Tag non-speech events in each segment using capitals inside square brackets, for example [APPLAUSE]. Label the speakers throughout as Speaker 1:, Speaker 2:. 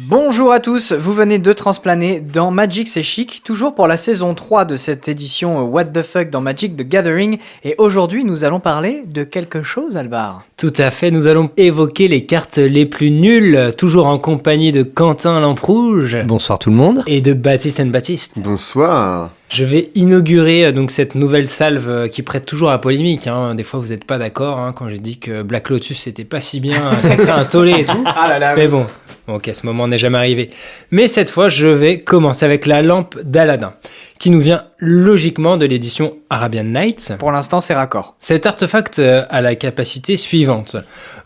Speaker 1: Bonjour à tous, vous venez de transplaner dans Magic c'est chic, toujours pour la saison 3 de cette édition euh, What the fuck dans Magic the Gathering, et aujourd'hui nous allons parler de quelque chose Alvar.
Speaker 2: Tout à fait, nous allons évoquer les cartes les plus nulles, toujours en compagnie de Quentin Lamprouge
Speaker 3: Bonsoir tout le monde.
Speaker 2: et de Baptiste and Baptiste.
Speaker 4: Bonsoir.
Speaker 2: Je vais inaugurer euh, donc cette nouvelle salve euh, qui prête toujours à polémique. hein. Des fois, vous n'êtes pas d'accord hein, quand j'ai dit que Black Lotus c'était pas si bien, euh, ça crée un tollé et tout.
Speaker 1: Ah là là,
Speaker 2: Mais bon, bon, ok, ce moment n'est jamais arrivé. Mais cette fois, je vais commencer avec la lampe d'Aladin, qui nous vient logiquement de l'édition Arabian Nights.
Speaker 1: pour l'instant c'est raccord.
Speaker 2: Cet artefact euh, a la capacité suivante.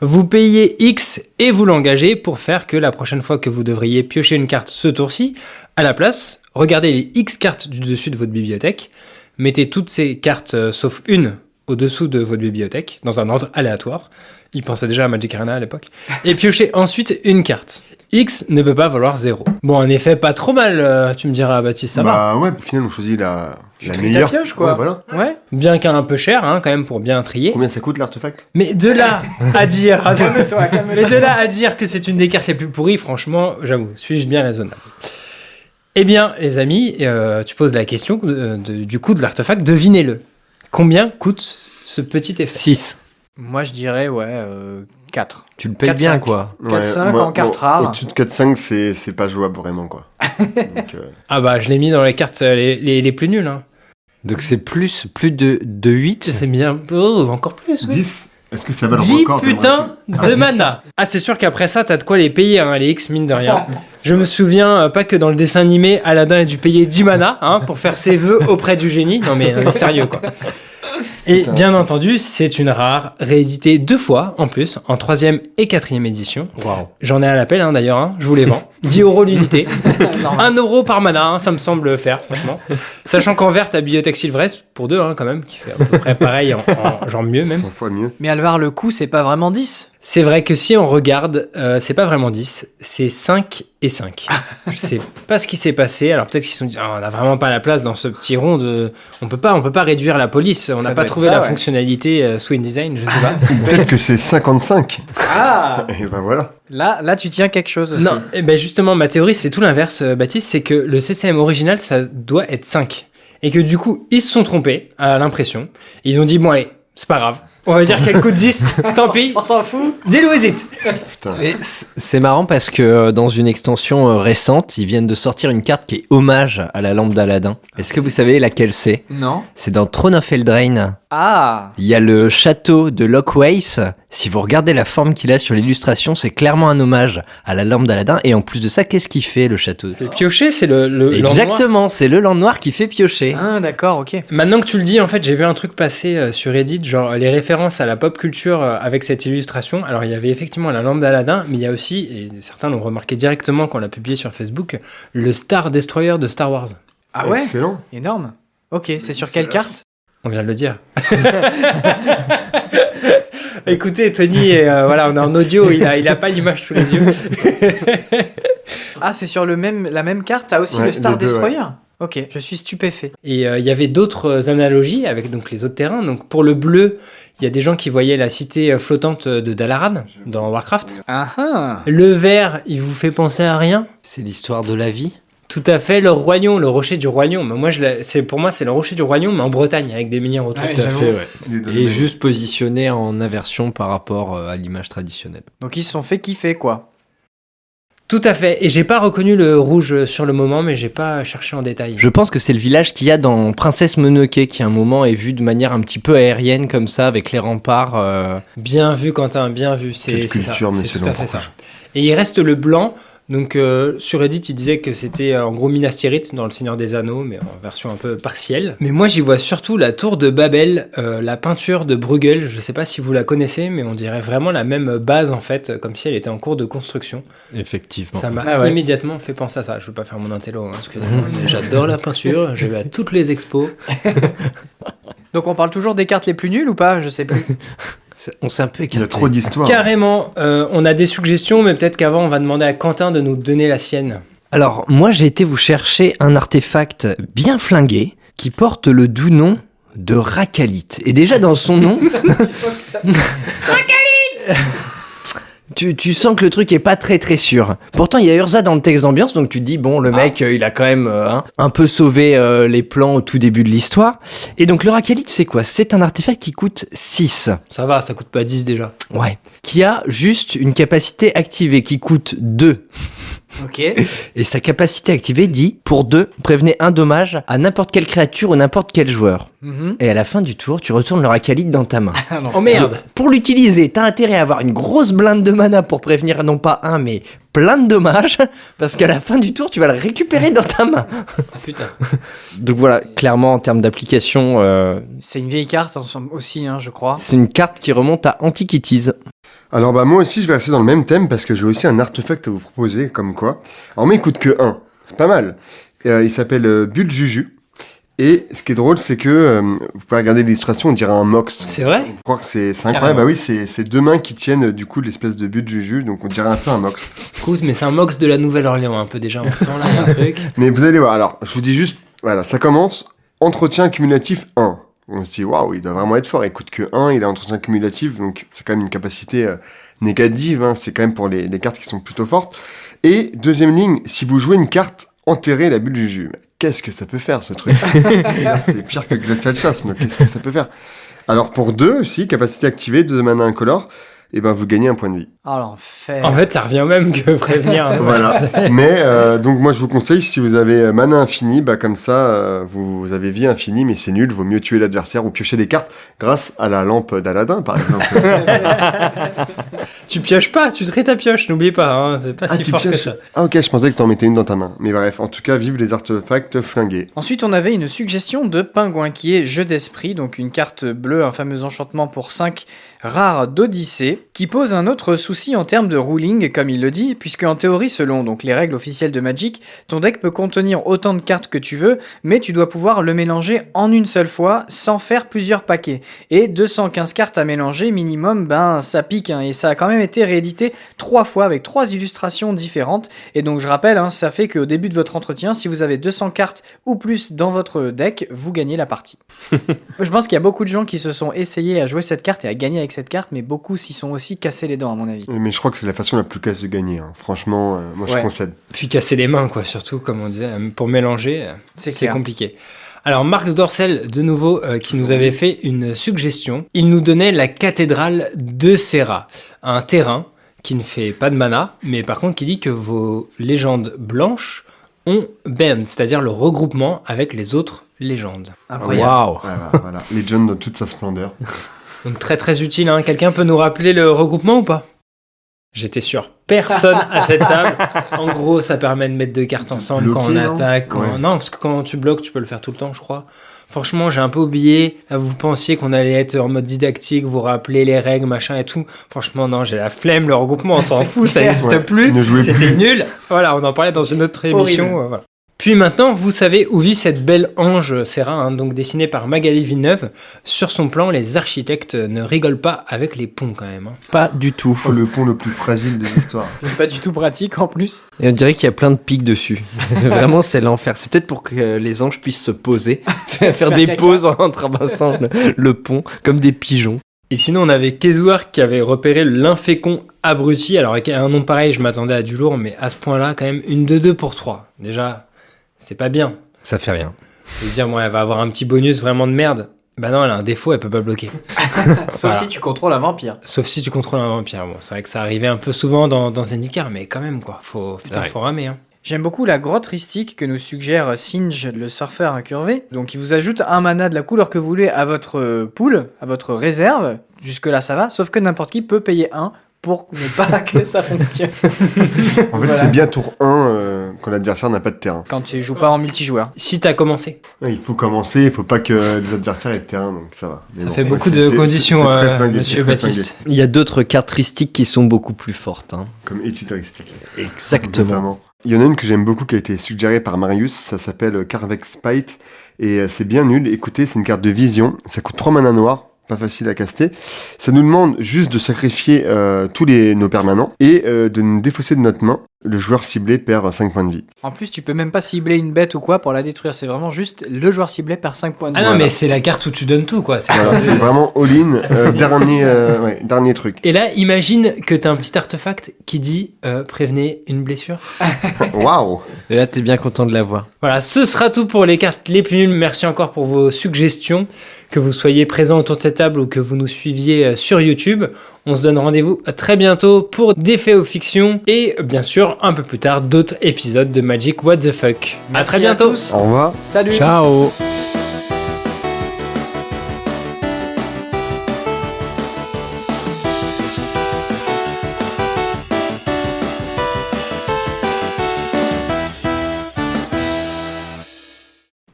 Speaker 2: Vous payez X et vous l'engagez pour faire que la prochaine fois que vous devriez piocher une carte ce tour-ci, à la place, regardez les X cartes du dessus de votre bibliothèque, mettez toutes ces cartes euh, sauf une au-dessous de votre bibliothèque, dans un ordre aléatoire. Il pensait déjà à Magic Arena à l'époque. Et piochez [LAUGHS] ensuite une carte. X ne peut pas valoir 0. Bon, en effet, pas trop mal, euh, tu me diras, Baptiste, ça va.
Speaker 4: bah ouais, au final on choisit la,
Speaker 1: Tu
Speaker 4: la
Speaker 1: tries ta
Speaker 4: meilleure.
Speaker 1: pioche, quoi.
Speaker 4: Ouais, voilà.
Speaker 1: Ouais
Speaker 2: Bien qu'un peu cher, hein, quand même, pour bien trier.
Speaker 4: Combien ça coûte l'artefact
Speaker 2: Mais de là à dire... ah
Speaker 1: Calme-toi,
Speaker 2: Mais
Speaker 1: calme-toi.
Speaker 2: de là à dire que c'est une des cartes les plus pourries, franchement, j'avoue, suis-je bien raisonnable Eh bien, les amis, euh, tu poses la question euh, de- du coût de l'artefact, devinez-le. Combien coûte ce petit effet
Speaker 3: 6.
Speaker 1: Moi je dirais ouais, 4.
Speaker 3: Tu le payes
Speaker 1: Quatre,
Speaker 3: bien
Speaker 1: cinq.
Speaker 3: quoi.
Speaker 1: 4-5
Speaker 4: moi,
Speaker 1: en carte
Speaker 4: bon,
Speaker 1: rare.
Speaker 4: Au-dessus de 4-5, c'est, c'est pas jouable
Speaker 1: [LAUGHS]
Speaker 4: vraiment quoi. Donc, euh,
Speaker 2: Ah bah, je l'ai mis dans les cartes euh, les, les- les plus nulles. Hein.
Speaker 3: Donc c'est plus plus de de 8.
Speaker 2: C'est bien... Oh, encore plus, oui.
Speaker 4: 10 Est-ce que ça va le
Speaker 2: 10
Speaker 4: record t'aimerais-
Speaker 2: putains
Speaker 4: Ah,
Speaker 2: de
Speaker 4: 10.
Speaker 2: mana. Ah, c'est sûr qu'après ça, t'as de quoi les payer, hein, les X, mine de rien. Je me souviens euh, pas que dans le dessin animé, Aladdin a dû payer 10 mana hein, pour faire ses vœux auprès du génie. Non mais, non, mais sérieux, quoi. Et
Speaker 4: Putain.
Speaker 2: bien entendu, c'est une rare, rééditée deux fois en plus, en troisième et quatrième édition.
Speaker 3: Waouh.
Speaker 2: J'en ai à l'appel hein, d'ailleurs, hein, je vous les vends. 10 euros l'unité, 1 euro par mana, hein, ça me semble faire franchement. Sachant qu'en vert, t'as Bibliothèque Sylvrest pour deux hein, quand même, qui fait à peu près pareil, en- en- genre mieux même.
Speaker 4: 100 fois mieux.
Speaker 1: Mais Alvar, le coup c'est pas vraiment 10.
Speaker 2: C'est vrai que si on regarde, euh, c'est pas vraiment 10, c'est 5
Speaker 1: [LAUGHS]
Speaker 2: et 5. Je sais pas ce qui s'est passé. Alors peut-être qu'ils se sont dit, Ah, on n'a vraiment pas la place dans ce petit rond de. On peut pas, on peut pas réduire la police. On
Speaker 1: Ça
Speaker 2: n'a
Speaker 1: doit
Speaker 2: pas
Speaker 1: être
Speaker 2: trouvé
Speaker 1: ça,
Speaker 2: la
Speaker 1: ouais.
Speaker 2: fonctionnalité euh, sous InDesign, je sais
Speaker 1: [LAUGHS]
Speaker 2: pas.
Speaker 4: Peut-être que c'est 55.
Speaker 1: Ah
Speaker 4: Et ben voilà.
Speaker 1: Là, là tu tiens quelque chose aussi.
Speaker 2: non, eh ben justement, ma théorie, c'est tout l'inverse, euh, Baptiste, c'est que le CCM original, ça doit être 5. Et que du coup, ils se sont trompés, à l'impression. Ils ont dit, bon, allez, c'est pas grave. On va dire qu'elle
Speaker 1: [LAUGHS]
Speaker 2: coûte 10, tant pis,
Speaker 1: On s'en fout
Speaker 2: deal with it.
Speaker 3: Et c- c'est marrant parce que euh, dans une extension euh, récente, ils viennent de sortir une carte qui est hommage à la lampe d'Aladin. Est-ce que vous savez laquelle c'est
Speaker 1: Non.
Speaker 3: C'est dans Throne of Eldraine.
Speaker 1: Ah
Speaker 3: Il y a le château de Lockways. Si vous regardez la forme qu'il a sur l'illustration, c'est clairement un hommage à la lampe d'Aladin. Et en plus de ça, qu'est-ce qu'il fait le château
Speaker 2: Le piocher, c'est le. le l'endroit-
Speaker 3: Exactement, c'est le lamp noir qui fait piocher.
Speaker 1: Ah, d'accord, ok.
Speaker 2: Maintenant que tu le dis, en fait, j'ai vu un truc passer euh, sur Reddit, genre euh, les références à la pop culture euh, avec cette illustration. Alors, il y avait effectivement la lampe d'Aladin, mais il y a aussi, et certains l'ont remarqué directement quand on l'a publié sur Facebook, le Star Destroyer de Star Wars.
Speaker 1: Ah ouais
Speaker 4: Excellent.
Speaker 1: Énorme. Ok, c'est sur quelle carte
Speaker 2: On vient de le dire. Écoutez, Tony, euh, voilà, on est en audio, il a, il a pas l'image sous les yeux.
Speaker 1: Ah, c'est sur le même, la même carte T'as aussi
Speaker 4: Ouais,
Speaker 1: le Star
Speaker 4: les deux,
Speaker 1: Destroyer Ok, je suis stupéfait.
Speaker 2: Et euh, il y avait d'autres analogies avec donc les autres terrains. Donc, pour le bleu, il y a des gens qui voyaient la cité euh, flottante de Dalaran dans Warcraft.
Speaker 1: Ah ah
Speaker 2: Le vert, il vous fait penser à rien
Speaker 3: C'est l'histoire de la vie.
Speaker 2: Tout à fait, le Roignon, le rocher du Roignon. Mais moi, je l'ai- c'est pour moi, c'est le rocher du Roignon, mais en Bretagne, avec des minières autour.
Speaker 1: Ouais, j'avoue.
Speaker 4: Il est dans le
Speaker 3: Et
Speaker 4: même-
Speaker 3: juste positionné en aversion par rapport euh, à l'image traditionnelle.
Speaker 1: Donc ils se sont fait kiffer, quoi.
Speaker 2: Tout à fait. Et j'ai pas reconnu le rouge sur le moment, mais j'ai pas cherché en détail.
Speaker 3: Je pense que c'est le village qu'il y a dans Princesse Mononoké qui à un moment est vu de manière un petit peu aérienne comme ça avec les remparts. euh,
Speaker 2: Bien vu, Quentin, bien vu. C'est
Speaker 4: Quelle
Speaker 2: c'est ça.
Speaker 4: culture,
Speaker 2: C'est
Speaker 4: monsieur
Speaker 2: tout à fait ça.
Speaker 4: Lamproche.
Speaker 2: Et il reste le blanc. Donc, euh, sur Reddit, il disait que c'était euh, en gros Minas Tirith dans Le Seigneur des Anneaux, mais en version un peu partielle. Mais moi, j'y vois surtout la tour de Babel, euh, la peinture de Bruegel. Je sais pas si vous la connaissez, mais on dirait vraiment la même base, en fait, comme si elle était en cours de construction.
Speaker 3: Effectivement.
Speaker 2: Ça m'a
Speaker 1: Ah ouais.
Speaker 2: immédiatement fait penser à ça. Je veux pas faire mon intello, hein,
Speaker 4: Mhm.
Speaker 2: excusez-moi, mais j'adore la peinture, j'ai vu à toutes les expos.
Speaker 1: Donc on parle toujours des cartes les plus nulles ou pas Je sais
Speaker 2: [LAUGHS]
Speaker 1: plus.
Speaker 3: C'est- On s'est un peu
Speaker 4: Il y a
Speaker 3: écarté.
Speaker 4: trop d'histoires.
Speaker 2: Carrément, euh, on a des suggestions, mais peut-être qu'avant, on va demander à Quentin de nous donner la sienne.
Speaker 3: Alors, moi, j'ai été vous chercher un artefact bien flingué qui porte le doux nom de Rakalite. Et déjà dans son nom, [LAUGHS] tu, tu sens que le truc est pas très très sûr. Pourtant, il y a Urza dans le texte d'ambiance, donc tu te dis, bon, le
Speaker 4: Ah.
Speaker 3: mec, euh, il a quand même euh, hein, un peu sauvé euh, les plans au tout début de l'histoire. Et donc, le Rakalite, c'est quoi C'est un artefact qui coûte 6.
Speaker 2: Ça va, ça coûte pas 10 déjà.
Speaker 3: Ouais. Qui a juste une capacité activée qui coûte 2.
Speaker 1: Ok.
Speaker 3: Et sa capacité activée dit, pour 2, prévenez un dommage à n'importe quelle créature ou n'importe quel joueur.
Speaker 2: [LAUGHS]
Speaker 1: Mhm.
Speaker 3: Et à la fin du tour, tu retournes le Rakalite dans ta main.
Speaker 1: Ah, non.
Speaker 2: Oh merde
Speaker 3: Pour l'utiliser, t'as intérêt à avoir une grosse blinde de mana pour prévenir non pas un, mais plein de dommages, [LAUGHS] parce qu'à la fin du tour, tu vas le récupérer dans ta main.
Speaker 2: Ah, Putain.
Speaker 3: Donc voilà, clairement, en termes d'application, euh,
Speaker 1: C'est une vieille carte ensemble aussi, hein, je crois.
Speaker 3: c'est une carte qui remonte à Antiquities.
Speaker 4: Alors bah moi aussi je vais rester dans le même thème parce que j'ai aussi un artefact à vous proposer comme quoi. Alors mais il coûte que 1, c'est pas mal. Euh, il s'appelle euh, Bulle Juju. Et ce qui est drôle c'est que euh, vous pouvez regarder l'illustration, on dirait un mox.
Speaker 2: C'est vrai
Speaker 4: Je crois que c'est c'est incroyable.
Speaker 2: Carrément.
Speaker 4: Bah oui, c'est c'est deux mains qui tiennent euh, du coup l'espèce de Bulle Juju, donc on dirait un peu un mox.
Speaker 2: Cruz, mais c'est un mox de la Nouvelle-Orléans un peu déjà, on sent là, il y a un truc.
Speaker 4: Mais vous allez voir, alors je vous dis juste, voilà, ça commence, entretien cumulatif 1. On se dit, waouh, il doit vraiment être fort, il coûte que 1, il a entretien cumulatif, donc c'est quand même une capacité euh, négative, hein, c'est quand même pour les, les cartes qui sont plutôt fortes. Et deuxième ligne, si vous jouez une carte, enterrez la bulle du jus. Mais Qu'est-ce que ça peut faire ce truc C'est pire que Glacial Chasse, mais qu'est-ce que ça peut faire Alors pour 2 aussi, capacité activée, 2 mana incolore, et ben vous gagnez un point de vie.
Speaker 1: Ah l'enfer.
Speaker 2: En fait, ça revient au même [LAUGHS] que prévenir. hein.
Speaker 4: Voilà. Mais euh, donc moi je vous conseille si vous avez euh, mana infini, bah comme ça euh, vous, vous avez vie infinie, mais c'est nul. Vaut mieux tuer l'adversaire ou piocher des cartes grâce à la lampe d'Aladin par exemple.
Speaker 2: Tu pioches pas, tu traites ta pioche, n'oublie pas, hein, c'est pas
Speaker 4: Ah,
Speaker 2: si
Speaker 4: tu
Speaker 2: fort que
Speaker 4: pioches.
Speaker 2: ça.
Speaker 4: ah ok, je pensais que t'en mettais une dans ta main. Mais bref, en tout cas vive les artefacts flingués.
Speaker 1: Ensuite, on avait une suggestion de pingouin qui est Jeu d'esprit, donc une carte bleue, un fameux enchantement pour 5 rares d'Odyssée, qui pose un autre souci en termes de ruling, comme il le dit, puisque en théorie, selon donc les règles officielles de Magic, ton deck peut contenir autant de cartes que tu veux, mais tu dois pouvoir le mélanger en une seule fois, sans faire plusieurs paquets. Et 215 cartes à mélanger minimum, ben ça pique, hein, et ça a quand même été réédité trois fois avec trois illustrations différentes. Et donc je rappelle, hein, ça fait qu'au début de votre entretien, si vous avez 200 cartes ou plus dans votre deck, vous gagnez la
Speaker 2: [LAUGHS]
Speaker 1: partie. je pense qu'il y a beaucoup de gens qui se sont essayés à jouer cette carte et à gagner avec cette carte, mais beaucoup s'y sont aussi cassés les dents à mon avis.
Speaker 4: Euh, Mais je crois que c'est la façon la plus classe de gagner. hein. Franchement, euh, moi
Speaker 1: Ouais.
Speaker 4: je concède.
Speaker 2: Puis casser les mains, quoi, surtout, comme on disait, euh, pour mélanger, euh,
Speaker 1: C'est
Speaker 2: c'est
Speaker 1: clair.
Speaker 2: compliqué. Alors, Marx Dorcel, de nouveau, euh, qui nous avait fait une suggestion. Il nous donnait la cathédrale de Serra, un terrain qui ne fait pas de mana, mais par contre qui dit que vos légendes blanches ont bend, c'est-à-dire le regroupement avec les autres légendes.
Speaker 1: Incroyable.
Speaker 3: Waouh
Speaker 4: Voilà, voilà. Les John dans toute sa splendeur.
Speaker 2: Donc très très utile, hein. quelqu'un peut nous rappeler le regroupement ou pas J'étais sûr, personne à cette table. En gros, ça permet de mettre deux cartes ensemble quand on
Speaker 4: bloquer, non
Speaker 2: attaque. quand-
Speaker 4: Ouais.
Speaker 2: Non, parce que quand tu bloques, tu peux le faire tout le temps, je crois. Franchement, j'ai un peu oublié. Là, Vous pensiez qu'on allait être en mode didactique, vous rappeler les règles, machin et tout. Franchement, non, j'ai la flemme, le regroupement, on
Speaker 4: [LAUGHS]
Speaker 2: s'en fout, ça
Speaker 1: clair.
Speaker 2: n'existe
Speaker 4: Ouais,
Speaker 2: plus.
Speaker 4: ne jouez
Speaker 2: C'était nul. Voilà, on en parlait dans une autre émission. euh, voilà. Puis maintenant, vous savez où vit cette belle ange Serra, hein, donc dessinée par Magali Villeneuve. Sur son plan, les architectes ne rigolent pas avec les ponts quand même. hein.
Speaker 3: Pas du tout.
Speaker 4: Oh, le pont le plus fragile de l'histoire.
Speaker 1: C'est pas du tout pratique en plus.
Speaker 3: Et on dirait qu'il y a plein de pics dessus. [LAUGHS] Vraiment, c'est l'enfer. C'est peut-être pour que euh, les anges puissent se poser, [LAUGHS] faire, faire des
Speaker 1: caca.
Speaker 3: pauses en traversant le- le pont, comme des pigeons.
Speaker 2: Et sinon, on avait Kezouar qui avait repéré l'infécon abruti. Alors, avec un nom pareil, je m'attendais à du lourd, mais à ce point-là, quand même, une de deux pour trois. Déjà, c'est pas bien.
Speaker 3: Ça fait rien.
Speaker 2: Je veux dire, moi, elle va avoir un petit bonus vraiment de merde. Bah non, elle a un défaut, elle peut pas bloquer.
Speaker 1: Sauf
Speaker 2: Voilà.
Speaker 1: si tu contrôles un vampire.
Speaker 2: Sauf si tu contrôles un vampire. Bon, c'est vrai que ça arrivait un peu souvent dans, dans Zendikar, mais quand même, quoi. Faut, putain,
Speaker 3: Ouais.
Speaker 2: faut ramer. Hein.
Speaker 1: J'aime beaucoup la grotte ristique que nous suggère euh, Singe, le surfeur incurvé. Donc il vous ajoute un mana de la couleur que vous voulez à votre euh, pool, à votre réserve. Jusque-là ça va, sauf que n'importe qui peut payer un pour ne pas [LAUGHS] que ça fonctionne.
Speaker 4: En fait,
Speaker 1: Voilà.
Speaker 4: c'est bien tour 1 quand l'adversaire n'a pas de terrain.
Speaker 1: Quand tu joues pas en multijoueur.
Speaker 2: Si t'as commencé.
Speaker 4: Ouais, Il faut commencer, il faut pas que les adversaires aient de terrain, donc ça va. Mais
Speaker 2: Ça
Speaker 4: bon,
Speaker 2: fait
Speaker 4: ouais,
Speaker 2: beaucoup
Speaker 4: c'est-
Speaker 2: de
Speaker 4: c'est-
Speaker 2: conditions,
Speaker 4: c'est- c'est très
Speaker 2: euh,
Speaker 4: flingué,
Speaker 2: monsieur
Speaker 4: c'est très flingué.
Speaker 2: Baptiste.
Speaker 3: Il y a d'autres cartes tristiques qui sont beaucoup plus fortes. hein.
Speaker 4: Comme étude touristique.
Speaker 3: Exactement.
Speaker 4: notamment. Il y en a une que j'aime beaucoup qui a été suggérée par Marius, ça s'appelle euh, Carvex Spite, et euh, c'est bien nul. Écoutez, c'est une carte de vision, ça coûte 3 manas noirs, pas facile à caster. Ça nous demande juste de sacrifier euh, tous les, nos permanents et euh, de nous défausser de notre main. le joueur ciblé perd 5 points de vie.
Speaker 1: En plus, tu peux même pas cibler une bête ou quoi pour la détruire. C'est vraiment juste le joueur ciblé perd 5 points de
Speaker 2: Ah
Speaker 1: vie.
Speaker 2: non,
Speaker 4: Voilà.
Speaker 2: mais c'est la carte où tu donnes tout, quoi. C'est- [LAUGHS]
Speaker 4: Voilà, c'est vraiment all-in, euh, dernier, euh, ouais, dernier truc.
Speaker 2: Et là, imagine que t'as un petit artefact qui dit euh, prévenez une blessure.
Speaker 4: Waouh
Speaker 3: Et là, t'es bien content de l'avoir.
Speaker 2: Voilà, ce sera tout pour les cartes les plus nulles. Merci encore pour vos suggestions. Que vous soyez présents autour de cette table ou que vous nous suiviez euh, sur YouTube. On se donne rendez-vous très bientôt pour des faits aux fictions et euh, bien sûr un peu plus tard d'autres épisodes de Magic What the Fuck. à
Speaker 1: Merci
Speaker 2: très bientôt.
Speaker 1: tous.
Speaker 4: Au revoir
Speaker 1: Salut
Speaker 3: Ciao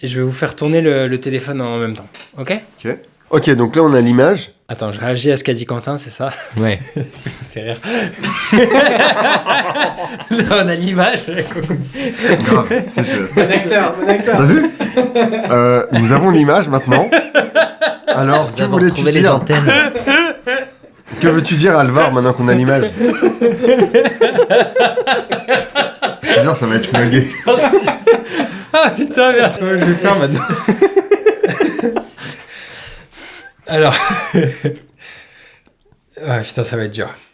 Speaker 2: Et je vais vous faire tourner le, le téléphone en même temps. Ok
Speaker 4: Ok, donc là on a l'image.
Speaker 2: Attends, je réagis à ce qu'a dit Quentin, c'est ça [LAUGHS]
Speaker 3: Ouais.
Speaker 2: Ça me fait rire. Là, on a l'image.
Speaker 4: Grave, c'est sûr.
Speaker 1: Bon acteur, bon acteur
Speaker 4: T'as
Speaker 1: [LAUGHS]
Speaker 4: vu Euh, Nous avons l'image maintenant. Alors, que hein voulais-tu
Speaker 3: trouvé les
Speaker 4: dire
Speaker 3: antennes.
Speaker 4: Que veux-tu dire, Alvar, maintenant qu'on
Speaker 1: [LAUGHS]
Speaker 4: a l'image Je veux dire, ça va être flingué.
Speaker 2: Ah putain, merde. je vais faire [LAUGHS] maintenant. [LAUGHS] Alors. ah putain, ça va être dur.